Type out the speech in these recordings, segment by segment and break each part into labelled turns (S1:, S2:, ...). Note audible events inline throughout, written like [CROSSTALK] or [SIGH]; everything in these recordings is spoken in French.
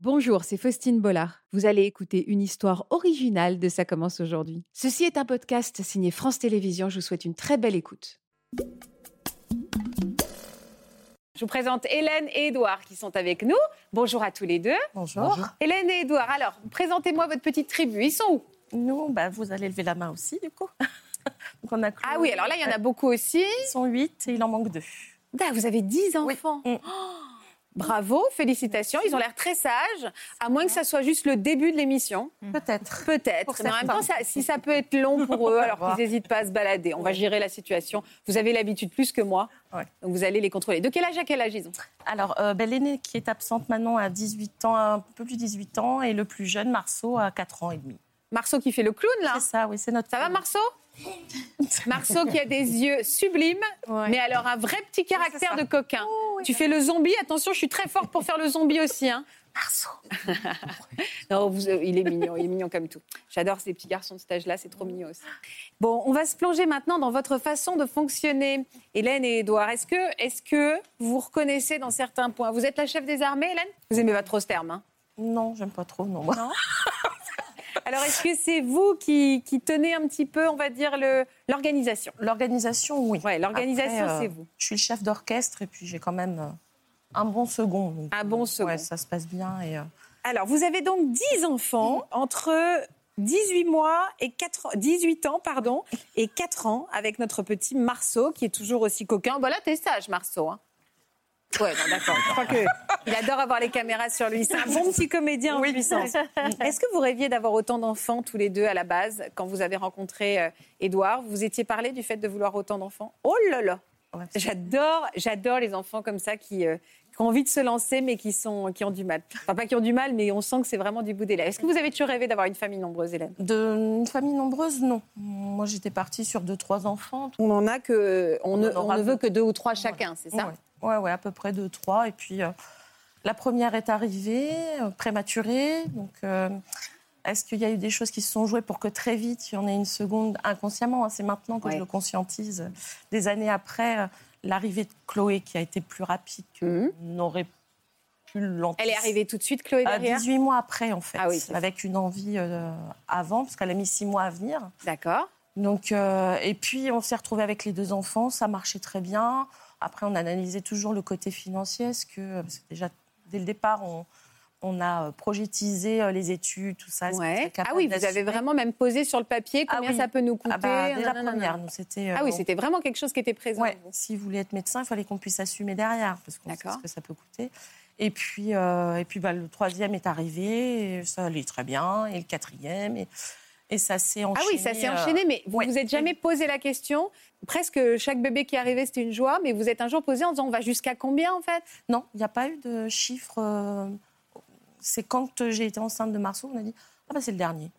S1: Bonjour, c'est Faustine Bollard. Vous allez écouter une histoire originale de Ça commence aujourd'hui. Ceci est un podcast signé France Télévisions. Je vous souhaite une très belle écoute. Je vous présente Hélène et Édouard qui sont avec nous. Bonjour à tous les deux.
S2: Bonjour.
S1: Hélène et Édouard, alors présentez-moi votre petite tribu. Ils sont où
S2: Nous, bah, vous allez lever la main aussi, du coup. [LAUGHS] Donc on a Chloé.
S1: Ah oui, alors là, il y
S2: Euh,
S1: en a beaucoup aussi.
S2: Ils sont 8 et il en manque deux.
S1: Ah, vous avez 10 enfants.
S2: Mm.
S1: Oh, bravo, félicitations. Ils ont l'air très sages, à moins que ça soit juste le début de l'émission.
S2: Peut-être.
S1: Peut-être.
S2: Pour
S1: Mais en même
S2: certains.
S1: temps, ça- si ça peut être long pour eux,
S2: [LAUGHS]
S1: alors qu'ils n'hésitent pas à se balader. On va gérer la situation. Vous avez l'habitude plus que moi.
S2: Ouais.
S1: Donc vous allez les contrôler. De quel âge à quel âge ils ont
S2: Alors, euh, bah, l'aînée qui est absente maintenant a 18 ans, un peu plus de 18 ans, et le plus jeune, Marceau, a 4 ans et demi.
S1: Marceau qui fait le clown, là.
S2: C'est ça, oui, c'est notre.
S1: Ça va,
S2: [LAUGHS]
S1: Marceau Marceau qui a des yeux sublimes, mais alors un vrai petit caractère de coquin.
S2: Oh,
S1: tu fais le zombie, attention, je suis très forte pour faire le zombie aussi. hein.
S2: Marceau
S1: Non, vous- euh, il est mignon, il est mignon comme tout. J'adore ces petits garçons de cet âge-là, c'est
S2: Mm.
S1: trop mignon aussi. Bon, on va se plonger maintenant dans votre façon de fonctionner, Hélène et Édouard. Est-ce que, est que vous vous reconnaissez dans certains points Vous êtes la chef des armées, Hélène Vous aimez pas trop ce terme. hein.
S2: Non, j'aime pas trop, non. moi.
S1: Alors, est-ce que c'est vous qui, qui tenez un petit peu, on va dire, le- l'organisation
S2: [LAUGHS] L'organisation, oui.
S1: Ouais, l'organisation,
S2: Après, euh,
S1: c'est vous.
S2: Je suis le chef d'orchestre et puis j'ai quand même euh, un bon second. donc,
S1: Un bon
S2: euh,
S1: second.
S2: ouais, ça se passe bien. Et, euh,
S3: Alors, vous avez donc 10 enfants entre 18 mois et 4 ans- 18 ans pardon, et 4 ans avec notre petit Marceau qui est toujours aussi coquin.
S1: Bon, là, t'es sage, Marceau. hein. Ouais, non, d'accord. Je crois que il adore avoir les caméras sur lui. C'est un bon petit comédien en [LAUGHS] puissance. Est-ce que vous rêviez d'avoir autant d'enfants tous les deux à la base quand vous avez rencontré euh, Édouard Vous vous étiez parlé du fait de vouloir autant d'enfants Oh là là
S2: ouais.
S1: J'adore, j'adore les enfants comme ça qui, euh, qui ont envie de se lancer mais qui sont qui ont du mal. Enfin pas qui ont du mal, mais on sent que c'est vraiment du bout des lèvres. Est-ce que vous avez toujours rêvé d'avoir une famille nombreuse, Hélène
S2: De une famille nombreuse, non. Moi, j'étais partie sur deux, trois enfants.
S1: On en a que on,
S2: On
S1: ne,
S2: en aura
S1: on ne veut
S2: peu.
S1: que deux ou trois chacun, c'est ça
S2: ouais. ouais, ouais, à peu près deux, trois. Et puis, euh, la première est arrivée, euh, prématurée. Donc, euh, est-ce qu'il y a eu des choses qui se sont jouées pour que très vite, il y en ait une seconde inconsciemment hein, C'est maintenant que
S1: Ouais.
S2: je le conscientise. euh, Des années après, euh, l'arrivée de Chloé, qui a été plus rapide que
S1: Mhm.
S2: n'aurait pu l'anticiper.
S1: Elle est arrivée tout de suite, Chloé
S2: Euh,
S1: derrière.
S2: 18 mois après, en fait,
S1: Ah oui, c'est ça.
S2: avec une envie euh, avant, parce qu'elle a mis 6 mois à venir.
S1: D'accord.
S2: Donc, euh, et puis, on s'est retrouvés avec les deux enfants, ça marchait très bien. Après, on analysait toujours le côté financier. Est-ce que, euh, parce que déjà, dès le départ, on, on a euh, projetisé euh, les études, tout ça. Est-ce qu'on
S1: Ouais.
S2: serait
S1: Ah
S2: capable
S1: oui, vous
S2: d'assumer
S1: avez vraiment même posé sur le papier
S2: Ah
S1: combien
S2: oui.
S1: ça peut nous coûter.
S2: Ah bah, dès la
S1: nanana.
S2: première, nous, c'était. euh,
S1: Ah oui,
S2: on-
S1: c'était vraiment quelque chose qui était présent.
S2: Ouais, si vous voulez être médecin, il fallait qu'on puisse assumer derrière, parce qu'on sait
S1: D'accord.
S2: ce que ça peut coûter. Et puis, euh, et puis bah, le troisième est arrivé, et ça allait très bien, et le quatrième, et, et ça s'est
S1: Ah
S2: enchaîné.
S1: oui, ça s'est
S2: euh,
S1: enchaîné, mais vous
S2: ouais.
S1: vous êtes jamais posé la question. Presque chaque bébé qui arrivait, c'était une joie, mais vous êtes un jour posé en disant on va jusqu'à combien en fait
S2: Non, il n'y a pas eu de chiffre. euh, c'est quand j'ai été enceinte de Marceau, on a dit Ah, bah, c'est le dernier.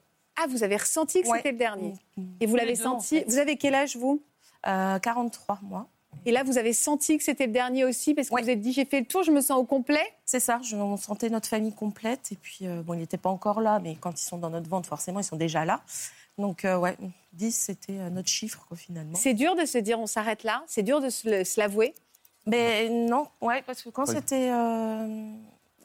S1: Ah, vous avez ressenti que
S2: Ouais.
S1: c'était le dernier. Et vous
S2: les
S1: l'avez
S2: deux,
S1: senti.
S2: en fait.
S1: Vous avez quel âge vous
S2: Euh, 43 mois.
S1: Et là, vous avez senti que c'était le dernier aussi parce que
S2: Ouais.
S1: vous vous êtes dit j'ai fait le tour, je me sens au complet.
S2: C'est ça, je- on sentait notre famille complète. Et puis, euh, bon, il n'était pas encore là, mais quand ils sont dans notre ventre, forcément, ils sont déjà là. Donc, euh, ouais, 10, c'était euh, notre chiffre, quoi, finalement.
S1: C'est dur de se dire on s'arrête là. C'est dur de se le- se l'avouer.
S2: Mais non, ouais, parce que quand
S4: Oui.
S2: c'était. euh,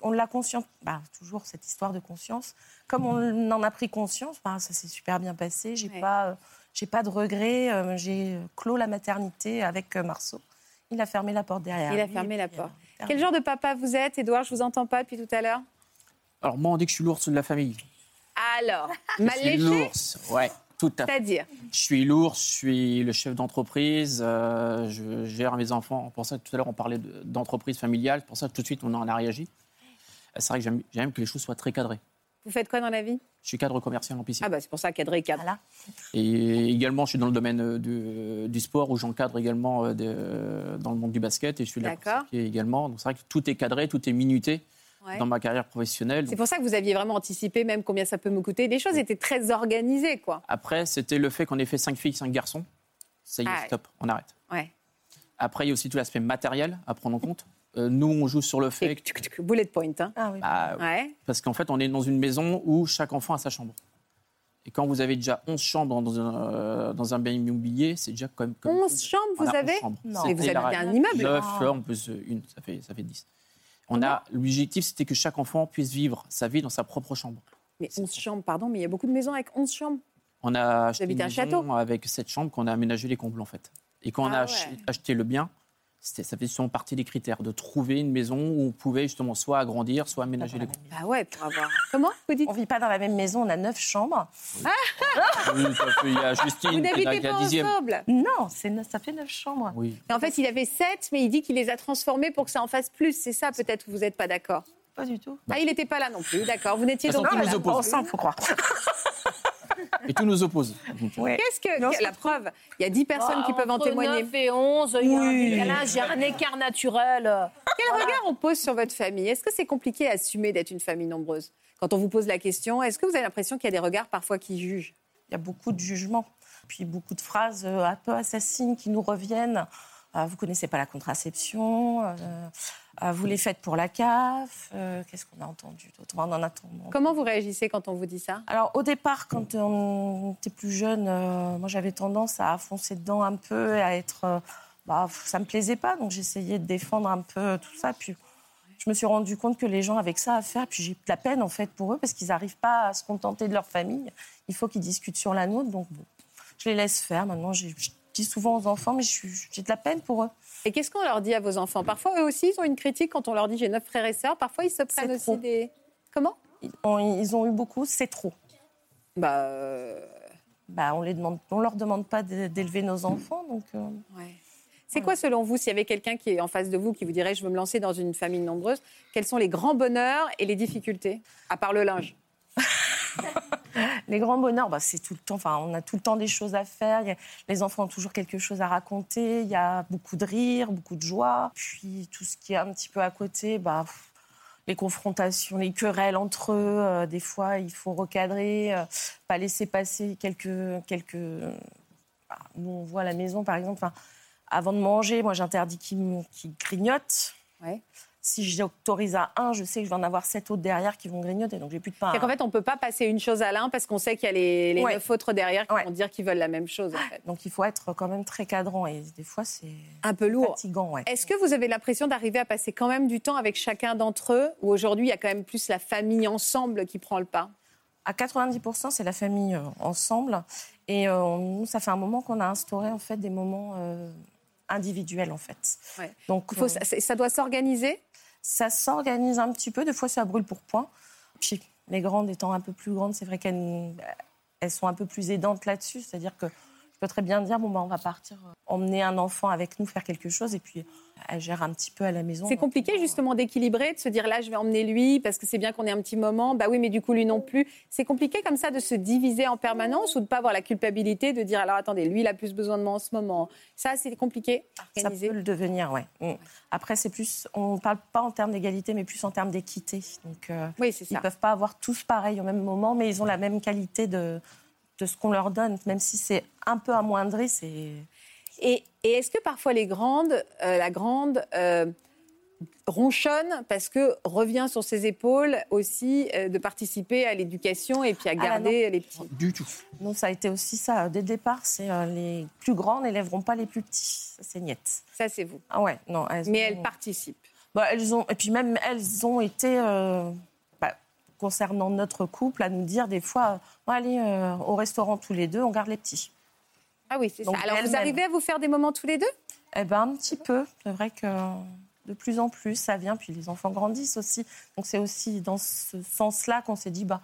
S2: on l'a conscience. Bah, toujours cette histoire de conscience. Comme on en a pris conscience, bah, ça s'est super bien passé. J'ai
S1: Mm. Ouais.
S2: pas, euh, j'ai pas de regrets. euh, j'ai euh, clos la maternité avec euh, Marceau. Il a fermé la porte derrière.
S1: Il a
S2: lui,
S1: fermé
S2: et
S1: la
S2: puis, euh,
S1: porte.
S2: terminé.
S1: Quel genre de papa vous êtes, Edouard Je vous entends pas depuis tout à l'heure.
S4: Alors moi on dit que je suis l'ours de la famille.
S1: Alors, Ah, mal
S4: je suis
S1: léché,
S4: l'ours, ouais, tout à fait.
S1: c'est-à-dire
S4: Je suis l'ours, je suis le chef d'entreprise, euh, je gère mes enfants. Pour ça tout à l'heure on parlait de- d'entreprise familiale, pour ça tout de suite on en a réagi. Euh, C'est vrai que j'aime j'aime que les choses soient très cadrées.
S1: Vous faites quoi dans la vie
S4: Je suis cadre commercial en piscine.
S1: Ah bah c'est pour ça cadré et cadre.
S2: Voilà.
S4: Et également, je suis dans le domaine euh, du, du sport où j'encadre également euh, de- dans le monde du basket et je suis là
S1: D'accord.
S4: également. Donc c'est vrai que tout est cadré, tout est minuté
S1: Ouais.
S4: dans ma carrière professionnelle.
S1: C'est pour ça que vous aviez vraiment anticipé même combien ça peut me coûter. Les choses étaient très organisées, quoi.
S4: Après, c'était le fait qu'on ait fait 5 filles, 5 garçons. Ça y est,
S1: Ah ouais.
S4: stop, on arrête.
S1: Ouais.
S4: Après, il y a aussi tout l'aspect matériel à prendre en compte. Euh, nous, on joue sur le
S1: Et
S4: fait.
S1: tuc, tuc, bullet point. hein.
S2: Ah oui.
S4: Bah,
S1: Ouais.
S4: Parce qu'en fait, on est dans une maison où chaque enfant a sa chambre. Et quand vous avez déjà 11 chambres dans un, euh, dans un bien immobilier, c'est déjà quand même. comme-
S1: 11 chambres, vous
S4: Voilà, 11
S1: avez
S4: chambres.
S2: Non.
S4: C'était
S2: Mais
S1: vous habitez
S4: la-
S1: un immeuble.
S4: Neuf,
S2: Ah.
S4: là, on peut se- une, ça fait, ça fait 10. On a l'objectif, c'était que chaque enfant puisse vivre sa vie dans sa propre chambre.
S1: Mais 11 chambres, pardon, mais il y a beaucoup de maisons avec 11 chambres.
S4: On a acheté une
S1: habitez un
S4: maison
S1: château
S4: avec cette chambre qu'on a aménagé les combles en fait. Et quand on
S1: Ah
S4: a
S1: ouais.
S4: ach- acheté le bien, c'était- ça fait justement partie des critères de trouver une maison où on pouvait justement soit agrandir, soit aménager les combles.
S1: Bah ouais, pour avoir. Comment vous dites
S2: On vit pas dans la même maison, on a neuf chambres.
S4: Oui, parce qu'il y a
S1: [LAUGHS] Vous
S4: Justine qui est
S1: n'habitez
S4: avec
S1: pas
S4: la dixième.
S1: ensemble.
S2: Non, c'est neuf- ça fait neuf chambres.
S4: Oui.
S1: Et En fait, il avait 7, mais il dit qu'il les a transformés pour que ça en fasse plus. C'est ça, peut-être, que vous n'êtes pas d'accord.
S2: Pas du tout.
S1: Ah, il n'était pas là non plus, d'accord. Vous n'étiez
S4: De toute
S1: donc
S4: façon,
S1: pas
S4: Bah. tous
S1: là.
S4: nous opposent.
S2: Ensemble, hein, faut croire.
S4: Et tout nous oppose. Donc,
S2: Ouais.
S1: Qu'est-ce que.
S2: Non,
S1: quelle- la preuve, il y a 10 personnes qui peuvent en témoigner.
S5: 9 Bah, et 11, il y a un
S2: Oui.
S5: décalage, il y a un écart naturel.
S1: Quel regard on pose sur votre famille Est-ce que c'est compliqué à assumer d'être une famille nombreuse Quand on vous pose la question, est-ce que vous avez l'impression qu'il y a des regards parfois qui jugent
S2: Il y a beaucoup de jugements, puis beaucoup de phrases euh, un peu assassines qui nous reviennent. Euh, vous connaissez pas la contraception, euh, euh, vous les faites pour la CAF. euh, Qu'est-ce qu'on a entendu d'autre On en a entendu.
S1: Comment vous réagissez quand on vous dit ça
S2: Alors au départ, quand on était plus jeune, euh, moi j'avais tendance à foncer dedans un peu et à être, euh, bah, pff, ça me plaisait pas, donc j'essayais de défendre un peu tout ça. Puis je me suis rendu compte que les gens avec ça à faire, puis j'ai de la peine en fait pour eux parce qu'ils n'arrivent pas à se contenter de leur famille. Il faut qu'ils discutent sur la nôtre, donc bon, je les laisse faire. Maintenant, j'ai- je dis souvent aux enfants, mais je suis- j'ai de la peine pour eux.
S1: Et qu'est-ce qu'on leur dit à vos enfants Parfois, eux aussi, ils ont une critique quand on leur dit j'ai neuf frères et sœurs. Parfois, ils se prennent aussi
S2: trop.
S1: des. Comment
S2: Ils ont, ils ont eu beaucoup, c'est trop.
S1: Bah. euh,
S2: Bah, on les demande, on leur demande pas d'é- d'élever nos enfants, donc. euh,
S1: ouais. C'est quoi, selon vous, s'il y avait quelqu'un qui est en face de vous qui vous dirait je veux me lancer dans une famille nombreuse, quels sont les grands bonheurs et les difficultés À part le linge.
S2: Les grands bonheurs, bah, c'est tout le temps. Enfin, on a tout le temps des choses à faire. Il y a- les enfants ont toujours quelque chose à raconter. Il y a beaucoup de rire, beaucoup de joie. Puis tout ce qui est un petit peu à côté, bah, pff, les confrontations, les querelles entre eux. euh, des fois, il faut recadrer, euh, pas laisser passer quelques quelques. bah, nous, on voit à la maison, par exemple. enfin, Avant de manger, moi, j'interdis qu'ils me- qu'ils grignotent.
S1: Ouais.
S2: Si j'autorise à un, je sais que je vais en avoir sept autres derrière qui vont grignoter. Donc, j'ai plus de pain. à-
S1: C'est qu'en fait, on ne peut pas passer une chose à l'un parce qu'on sait qu'il y a les, les
S2: Ah. Ouais.
S1: neuf autres derrière qui
S2: Ouais.
S1: vont dire qu'ils veulent la même chose. en fait.
S2: Donc il faut être quand même très cadrant et des fois c'est
S1: Un peu lourd.
S2: fatigant. Ouais.
S1: Est-ce que vous avez l'impression d'arriver à passer quand même du temps avec chacun d'entre eux ou aujourd'hui il y a quand même plus la famille ensemble qui prend le pas
S2: À 90% c'est la famille euh, ensemble et euh, on- nous, ça fait un moment qu'on a instauré en fait des moments euh, individuels en fait.
S1: Ouais.
S2: Donc
S1: Faut-
S2: euh,
S1: ça, ça doit s'organiser
S2: ça s'organise un petit peu, des fois ça brûle pour point. Puis les grandes étant un peu plus grandes, c'est vrai qu'elles euh, elles sont un peu plus aidantes là-dessus, c'est-à-dire que je peux très bien dire bon bah on va partir euh, emmener un enfant avec nous faire quelque chose et puis euh, elle gère un petit peu à la maison.
S1: C'est
S2: Donc,
S1: compliqué
S2: euh,
S1: justement d'équilibrer, de se dire là je vais emmener lui parce que c'est bien qu'on ait un petit moment, bah oui mais du coup lui non plus. C'est compliqué comme ça de se diviser en permanence ou de pas avoir la culpabilité de dire alors attendez lui il a plus besoin de moi en ce moment. Ça c'est compliqué. à
S2: Ça
S1: organiser.
S2: peut le devenir, ouais. Mm. Après, c'est plus, on ne parle pas en termes d'égalité, mais plus en termes d'équité. Donc, euh,
S1: Oui c'est
S2: ils
S1: ça.
S2: ne peuvent pas avoir tous pareil au même moment, mais ils ont la même qualité de, de ce qu'on leur donne, même si c'est un peu amoindri. C'est
S1: Et, et est-ce que parfois les grandes, euh, la grande euh, ronchonne parce que revient sur ses épaules aussi euh, de participer à l'éducation et puis à
S2: là,
S1: garder les petits
S4: Du tout.
S2: non, ça a été aussi ça dès le départ. C'est euh, les plus grands n'élèveront pas les plus petits. Ça, C'est niette.
S1: Ça c'est vous.
S2: Ah ouais, non. elles
S1: Mais
S2: ont-
S1: elle participe.
S2: Bah, elles ont, et puis même elles ont été, euh, bah, concernant notre couple, à nous dire des fois, Bon, allez euh, au restaurant tous les deux, on garde les petits.
S1: Ah oui c'est ça.
S2: Donc,
S1: Alors vous
S2: elle-même.
S1: arrivez à vous faire des moments tous les deux
S2: Eh ben un petit peu. C'est vrai que de plus en plus, ça vient. Puis les enfants grandissent aussi. Donc c'est aussi dans ce sens-là qu'on s'est dit, bah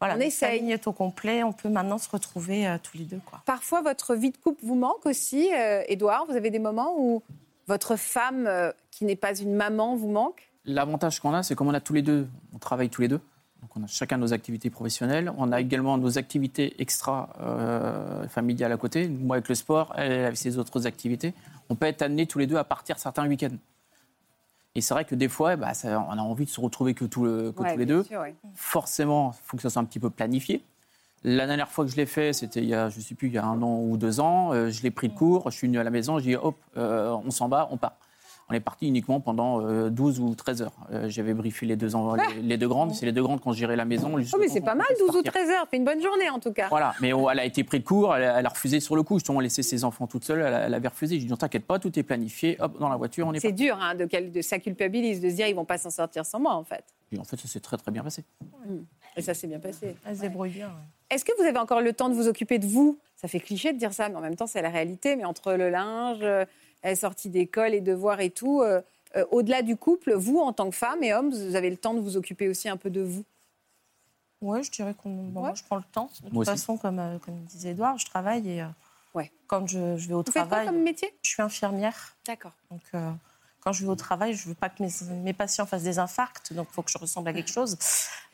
S2: voilà,
S1: On
S2: notre
S1: essaye.
S2: famille est au complet. On peut maintenant se retrouver euh, tous les deux, quoi.
S1: Parfois, votre vie de couple vous manque aussi, euh, Édouard. Vous avez des moments où votre femme, euh, qui n'est pas une maman, vous manque
S4: L'avantage qu'on a, c'est comme on a tous les deux, on travaille tous les deux. Donc on a chacun nos activités professionnelles. On a également nos activités extra euh, familiales à côté. Moi avec le sport, elle avec ses autres activités. On peut être amenés tous les deux à partir certains week-ends. Et c'est vrai que des fois, eh ben, ça- on a envie de se retrouver que, tout le- que
S1: Ouais,
S4: tous les
S1: bien
S4: deux.
S1: sûr, ouais.
S4: forcément, il faut que ça soit un petit peu planifié. La dernière fois que je l'ai fait, c'était il y a, je sais plus, il y a un an ou deux ans. euh, je l'ai pris de court, je suis venu à la maison, j'ai dit hop, euh, on s'en va, on part. On On est parti uniquement pendant euh, 12 ou 13 heures. Euh, J'avais briefé les deux, en- les, les deux grandes. C'est les deux grandes qui ont géré la maison.
S1: Oh, mais c'est pas mal, 12 ou 13 heures. Fait une bonne journée, en tout cas.
S4: Voilà, mais oh, elle a été prise de court, elle, a- elle a refusé sur le coup. Justement, laisser ses enfants toute seule, elle, a- elle avait refusé. Je lui ai dit, t'inquiète pas, tout est planifié. Hop, dans la voiture, on est,
S1: C'est dur hein, de, quel- de ça culpabilise, de se dire ils vont pas s'en sortir sans moi en fait.
S4: parti. En fait, ça s'est très très bien passé.
S1: Et ça s'est bien passé.
S2: Elle se débrouille bien.
S1: Est-ce que vous avez encore le temps de vous occuper de vous Ça fait cliché de dire ça, mais en même temps, c'est la réalité. Mais entre le linge, euh, la sortie d'école, les devoirs et tout, euh, euh, au-delà du couple, vous, en tant que femme et homme, vous avez le temps de vous occuper aussi un peu de vous.
S2: Oui, je dirais qu'on. bon, moi, je prends le temps. De
S4: Moi
S2: toute
S4: aussi.
S2: façon, comme, euh, comme disait Edouard, je travaille et euh,
S1: Ouais.
S2: quand je, je vais au
S1: Vous faites quoi
S2: travail,
S1: comme métier
S2: je suis infirmière.
S1: D'accord.
S2: Donc, euh, quand je vais au travail, je veux pas que mes, mes patients fassent des infarcts, donc il faut que je ressemble à quelque chose.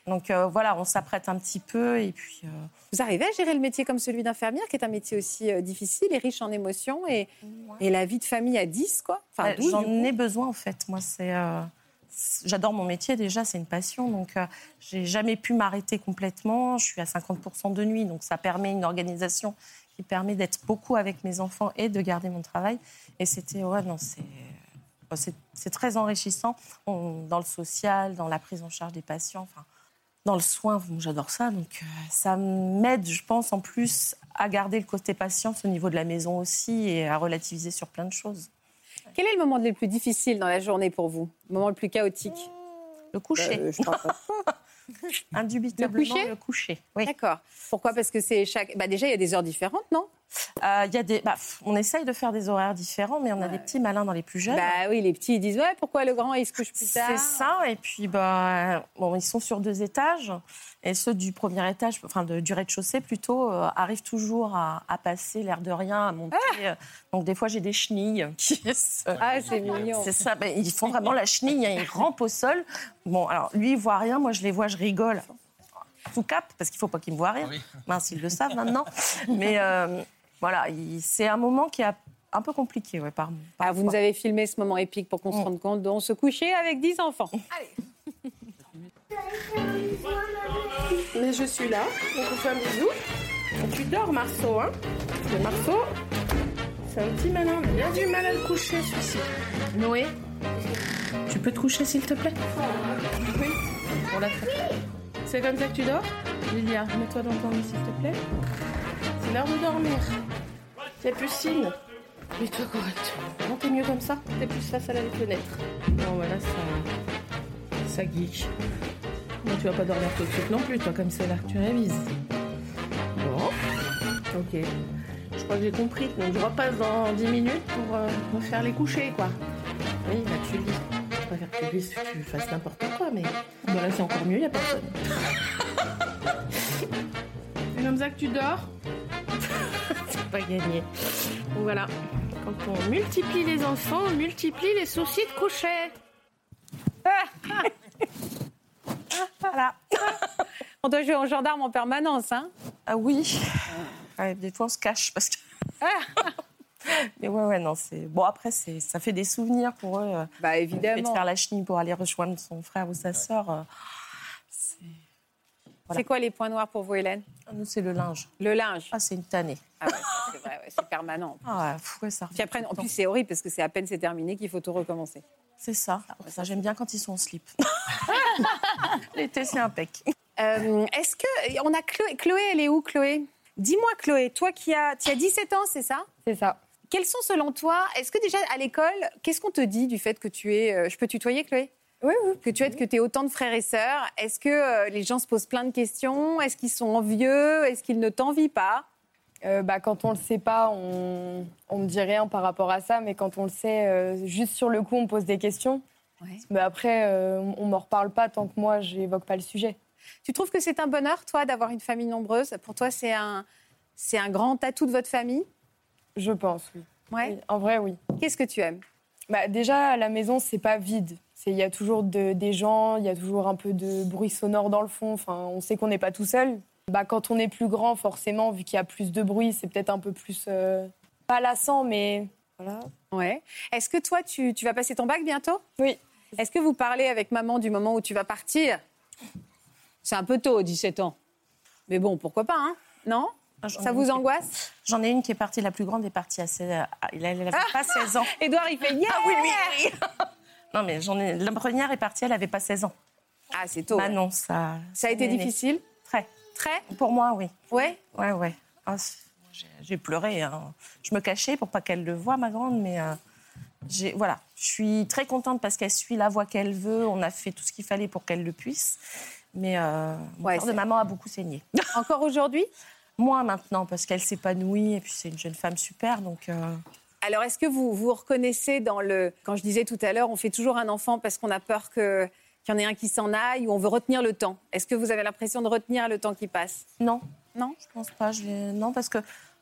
S2: Donc euh, voilà, on s'apprête un petit peu et puis. euh,
S1: Vous arrivez à gérer le métier comme celui d'infirmière, qui est un métier aussi euh, difficile et riche en émotions, et, et la vie de famille à 10, quoi Enfin,
S2: Ouais,
S1: 12,
S2: Bah, J'en
S1: du coup.
S2: ai besoin en fait. Moi, c'est, euh, c'est- j'adore mon métier déjà, c'est une passion. Donc, euh, j'ai jamais pu m'arrêter complètement. Je suis à 50% de nuit, donc ça permet une organisation qui permet d'être beaucoup avec mes enfants et de garder mon travail. Et c'était ouais, non, c'est. euh, C'est, c'est très enrichissant On- dans le social, dans la prise en charge des patients, enfin, dans le soin. bon, j'adore ça, donc euh, ça m'aide, je pense, en plus à garder le côté patience au niveau de la maison aussi et à relativiser sur plein de choses.
S1: Quel est le moment le plus difficile dans la journée pour vous Le moment le plus chaotique
S2: Le coucher.
S1: Euh, je crois pas.
S2: Indubitablement,
S1: Le coucher
S2: le coucher. [LAUGHS] Oui.
S1: D'accord. Pourquoi Parce que c'est chaque. Bah déjà, il y a des heures différentes, non
S2: Euh, il y a des, bah, pff, on essaye de faire des horaires différents, mais on a des petits malins dans les plus jeunes.
S1: Bah oui, les petits ils disent ouais, pourquoi le grand il se couche plus tard
S2: Ah. c'est ça, et puis bah, bon, ils sont sur deux étages, et ceux du premier étage, enfin de- du rez-de-chaussée plutôt, euh, arrivent toujours à, à passer l'air de rien, à monter. euh, donc des fois j'ai des chenilles qui [LAUGHS] se-
S1: Ah, c'est mignon.
S2: C'est ça, ben, ils font vraiment la chenille, hein, ils rampent au sol. Bon, alors lui, il voit rien, moi je les vois, je rigole. Tout cap, parce qu'il faut pas qu'ils me voient rien. Mince, ils le savent maintenant. Mais euh, voilà, il- c'est un moment qui est un peu compliqué, ouais, par,
S1: Ah, vous nous avez filmé ce moment épique pour qu'on
S2: Mm.
S1: se rende compte d'on se couchait avec 10 enfants.
S6: Mais je suis là, on vous fait un bisou. Tu dors, Marceau, hein Le Marceau, c'est un petit malin, il a du mal à le coucher, celui-ci.
S5: Noé
S6: Tu peux te coucher, s'il te plaît Oui. On l'a fait. C'est comme ça que tu dors Lilia, mets-toi dans ton lit, s'il te plaît. C'est l'heure de dormir. C'est plus signe. Mets-toi correct. Non, t'es mieux comme ça T'es plus face à la fenêtre. Bon, voilà, ça... Ça geek. Mais tu vas pas dormir tout de suite non plus, toi, comme c'est là. Tu révises. Bon. Ok. Je crois que j'ai compris. Donc, je repasse dans 10 minutes pour euh, me faire les coucher, quoi. Oui, bah, tu lis. Je préfère que tu lises, que tu fasses n'importe quoi, mais bon, là c'est encore mieux, y a [LAUGHS] personne. c'est comme ça que tu dors [LAUGHS] C'est pas gagné. Donc voilà, quand on multiplie les enfants, on multiplie les soucis de coucher.
S2: Voilà.
S1: On doit jouer en gendarme en permanence, hein
S2: Ah oui. Ouais, des fois, on se cache
S1: [LAUGHS]
S2: parce que. Mais ouais, ouais, non, c'est. Bon, après, c'est... ça fait des souvenirs pour eux. euh,
S1: Bah
S2: Le fait de
S1: évidemment.
S2: faire la chenille pour aller rejoindre son frère ou sa sœur. euh, voilà.
S1: C'est quoi les points noirs pour vous, Hélène
S2: Nous, c'est le linge.
S1: Le linge.
S2: Ah, c'est une tannée.
S1: Ah ouais, ça, c'est vrai, ouais, c'est permanent.
S2: Ah, pff, ouais, ça revient
S1: Puis après,
S2: tout
S1: en
S2: le temps.
S1: plus, c'est horrible parce que c'est à peine c'est terminé qu'il faut tout recommencer.
S2: C'est ça. Ça, j'aime bien quand ils sont en slip. [LAUGHS] L'été, c'est impec.
S1: Euh, Est-ce que on a Chloé, Chloé elle est où Chloé Dis-moi Chloé, toi qui as tu as 17 ans, c'est ça
S7: C'est ça.
S1: Quels sont selon toi Est-ce que déjà à l'école, qu'est-ce qu'on te dit du fait que tu es euh, je peux tutoyer Chloé
S7: Oui, oui.
S1: Que tu es que tu es autant de frères et sœurs, est-ce que euh, les gens se posent plein de questions Est-ce qu'ils sont envieux Est-ce qu'ils ne t'envient pas
S7: Euh, bah, quand on le sait pas, on on me dit rien par rapport à ça, mais quand on le sait, euh, juste sur le coup, on pose des questions.
S1: Ouais.
S7: Mais après, euh, on m'en reparle pas tant que moi, j'évoque pas le sujet.
S1: Tu trouves que c'est un bonheur toi d'avoir une famille nombreuse Pour toi, c'est un c'est un grand atout de votre famille
S7: Je pense, oui.
S1: Ouais.
S7: Oui, En vrai, oui.
S1: Qu'est-ce que tu aimes
S7: Bah, déjà, à la maison, c'est pas vide. C'est- Il y a toujours de- des gens, il y a toujours un peu de bruit sonore dans le fond. Enfin, on sait qu'on n'est pas tout seul. Bah, quand on est plus grand, forcément, vu qu'il y a plus de bruit, c'est peut-être un peu plus. euh, pas lassant, mais. Voilà.
S1: Ouais. Est-ce que toi tu, tu vas passer ton bac bientôt
S7: Oui.
S1: Est-ce que vous parlez avec maman du moment où tu vas partir C'est un peu tôt, 17 ans. Mais bon, pourquoi pas, hein Non
S2: Ah, j'en ai
S1: Ça
S2: une
S1: vous
S2: qui-
S1: angoisse
S2: J'en ai une qui est partie, la plus grande est partie à 16 à- Elle n'avait pas 16 ans.
S1: Édouard, il fait yeah
S2: Ah oui, lui, oui. Non, mais j'en ai. La première est partie, elle n'avait pas 16 ans.
S1: Ah, c'est tôt.
S2: Ah
S1: ouais.
S2: non, ça.
S1: Ça a été
S2: elle est née.
S1: difficile
S2: Très.
S1: Très
S2: Pour moi, oui.
S1: Ouais
S2: Ouais, ouais. Ah, c'est- j'ai- j'ai pleuré. hein. Je me cachais pour pas qu'elle le voie, ma grande, mais euh, j'ai voilà. Je suis très contente parce qu'elle suit la voie qu'elle veut. On a fait tout ce qu'il fallait pour qu'elle le puisse. Mais euh, mon
S1: Ouais,
S2: cœur de
S1: c'est-
S2: maman a beaucoup saigné.
S1: Encore aujourd'hui
S2: Moi maintenant, parce qu'elle s'épanouit et puis c'est une jeune femme super, donc euh,
S1: Alors, est-ce que vous vous reconnaissez dans le. Quand je disais tout à l'heure, on fait toujours un enfant parce qu'on a peur que- qu'il y en ait un qui s'en aille ou on veut retenir le temps. Est-ce que vous avez l'impression de retenir le temps qui passe
S2: non,
S1: Non
S2: je pense pas. Je l'ai- non, parce que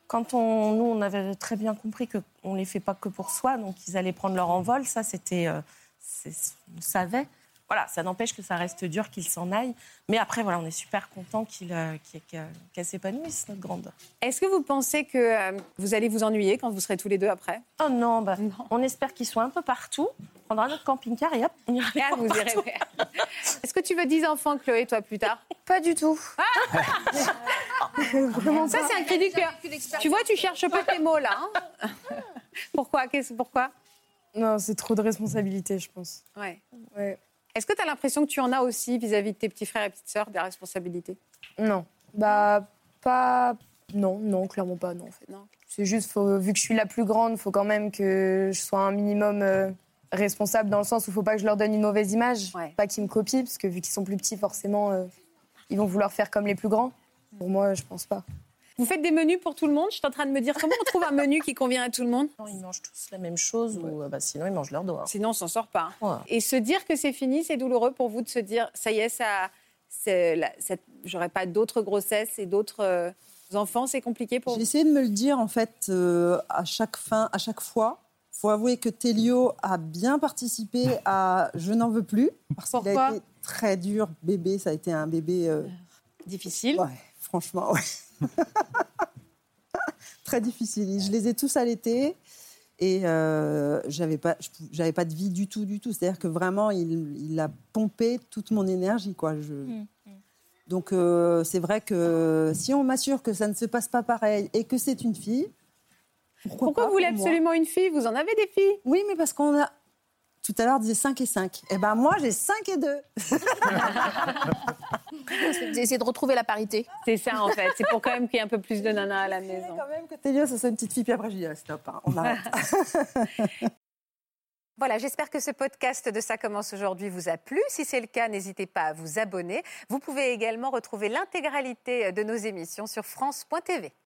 S2: quand on nous, on avait très bien compris que on les fait pas que pour soi, donc ils allaient prendre leur envol. Ça, c'était, euh, c'est- on savait. Voilà, ça n'empêche que ça reste dur qu'ils s'en aillent. Mais après, voilà, on est super content qu'ils, euh, qu'ils- qu'elle qu'elle s'épanouisse, notre grande.
S1: Est-ce que vous pensez que euh, vous allez vous ennuyer quand vous serez tous les deux après
S2: Oh non, bah,
S1: Non.
S2: on espère qu'ils soient un peu partout. On prendra notre camping-car et hop, on ira les
S1: Ah,
S2: voir
S1: vous irez-
S2: partout.
S1: [LAUGHS] Est-ce que tu veux 10 enfants, Chloé, toi, plus tard Ah.
S7: Pas du tout. [LAUGHS] Vraiment
S1: Ça,
S7: pas.
S1: c'est un cri du cœur. Tu vois, tu cherches pas tes mots, là. [LAUGHS] hein. pourquoi Qu'est-ce- Pourquoi
S7: Non, c'est trop de responsabilité, je pense.
S1: Ouais.
S7: Ouais.
S1: Est-ce que tu as l'impression que tu en as aussi vis-à-vis de tes petits frères et petites sœurs des responsabilités
S7: Non. Bah, pas. Non, non, clairement pas, non, en fait.
S1: Non.
S7: C'est juste, faut- vu que je suis la plus grande, faut quand même que je sois un minimum euh, responsable dans le sens où faut pas que je leur donne une mauvaise image.
S1: Ouais.
S7: Pas qu'ils me copient, parce que vu qu'ils sont plus petits, forcément, euh, ils vont vouloir faire comme les plus grands. Pour moi, je pense pas.
S1: Vous faites des menus pour tout le monde Je suis en train de me dire comment on trouve un menu qui convient à tout le monde
S2: Ils mangent tous la même chose ou euh, bah, sinon ils mangent leur doigt.
S1: Sinon, on s'en sort pas. hein.
S2: Ouais.
S1: Et se dire que c'est fini, c'est douloureux pour vous de se dire ça y est, ça, c'est la- ça- j'aurai pas d'autres grossesses et d'autres euh, enfants, c'est compliqué pour
S8: J'ai
S1: vous.
S8: essayé de me le dire en fait euh, à chaque fin, à chaque fois. Faut avouer que Télio a bien participé à Je n'en veux plus parce qu'il a
S1: Pourquoi
S8: été très dur bébé. Ça a été un bébé euh,
S1: Difficile.
S8: ouais, franchement ouais. [LAUGHS] très difficile. Je les ai tous allaités et euh, j'avais pas je pou- j'avais pas de vie du tout du tout. C'est-à-dire que vraiment il, il a pompé toute mon énergie quoi. Je,
S1: Mmh,
S8: donc euh, c'est vrai que si on m'assure que ça ne se passe pas pareil et que c'est une fille, pourquoi,
S1: Pourquoi
S8: pas
S1: vous voulez
S8: pour moi
S1: absolument une fille Vous en avez des filles
S8: Oui, mais parce qu'on a tout à l'heure disait 5 et 5. Eh ben moi j'ai 5 et 2.
S5: Essayer de retrouver la parité.
S1: C'est ça en fait. C'est pour quand même qu'il y ait un peu plus de nanas à la maison.
S8: Quand même que Télio ça soit une petite fille puis après je dis ah, stop, hein,
S1: [LAUGHS]
S8: on arrête.
S1: Voilà, j'espère que ce podcast de Ça commence aujourd'hui vous a plu. Si c'est le cas, n'hésitez pas à vous abonner. Vous pouvez également retrouver l'intégralité de nos émissions sur France.tv.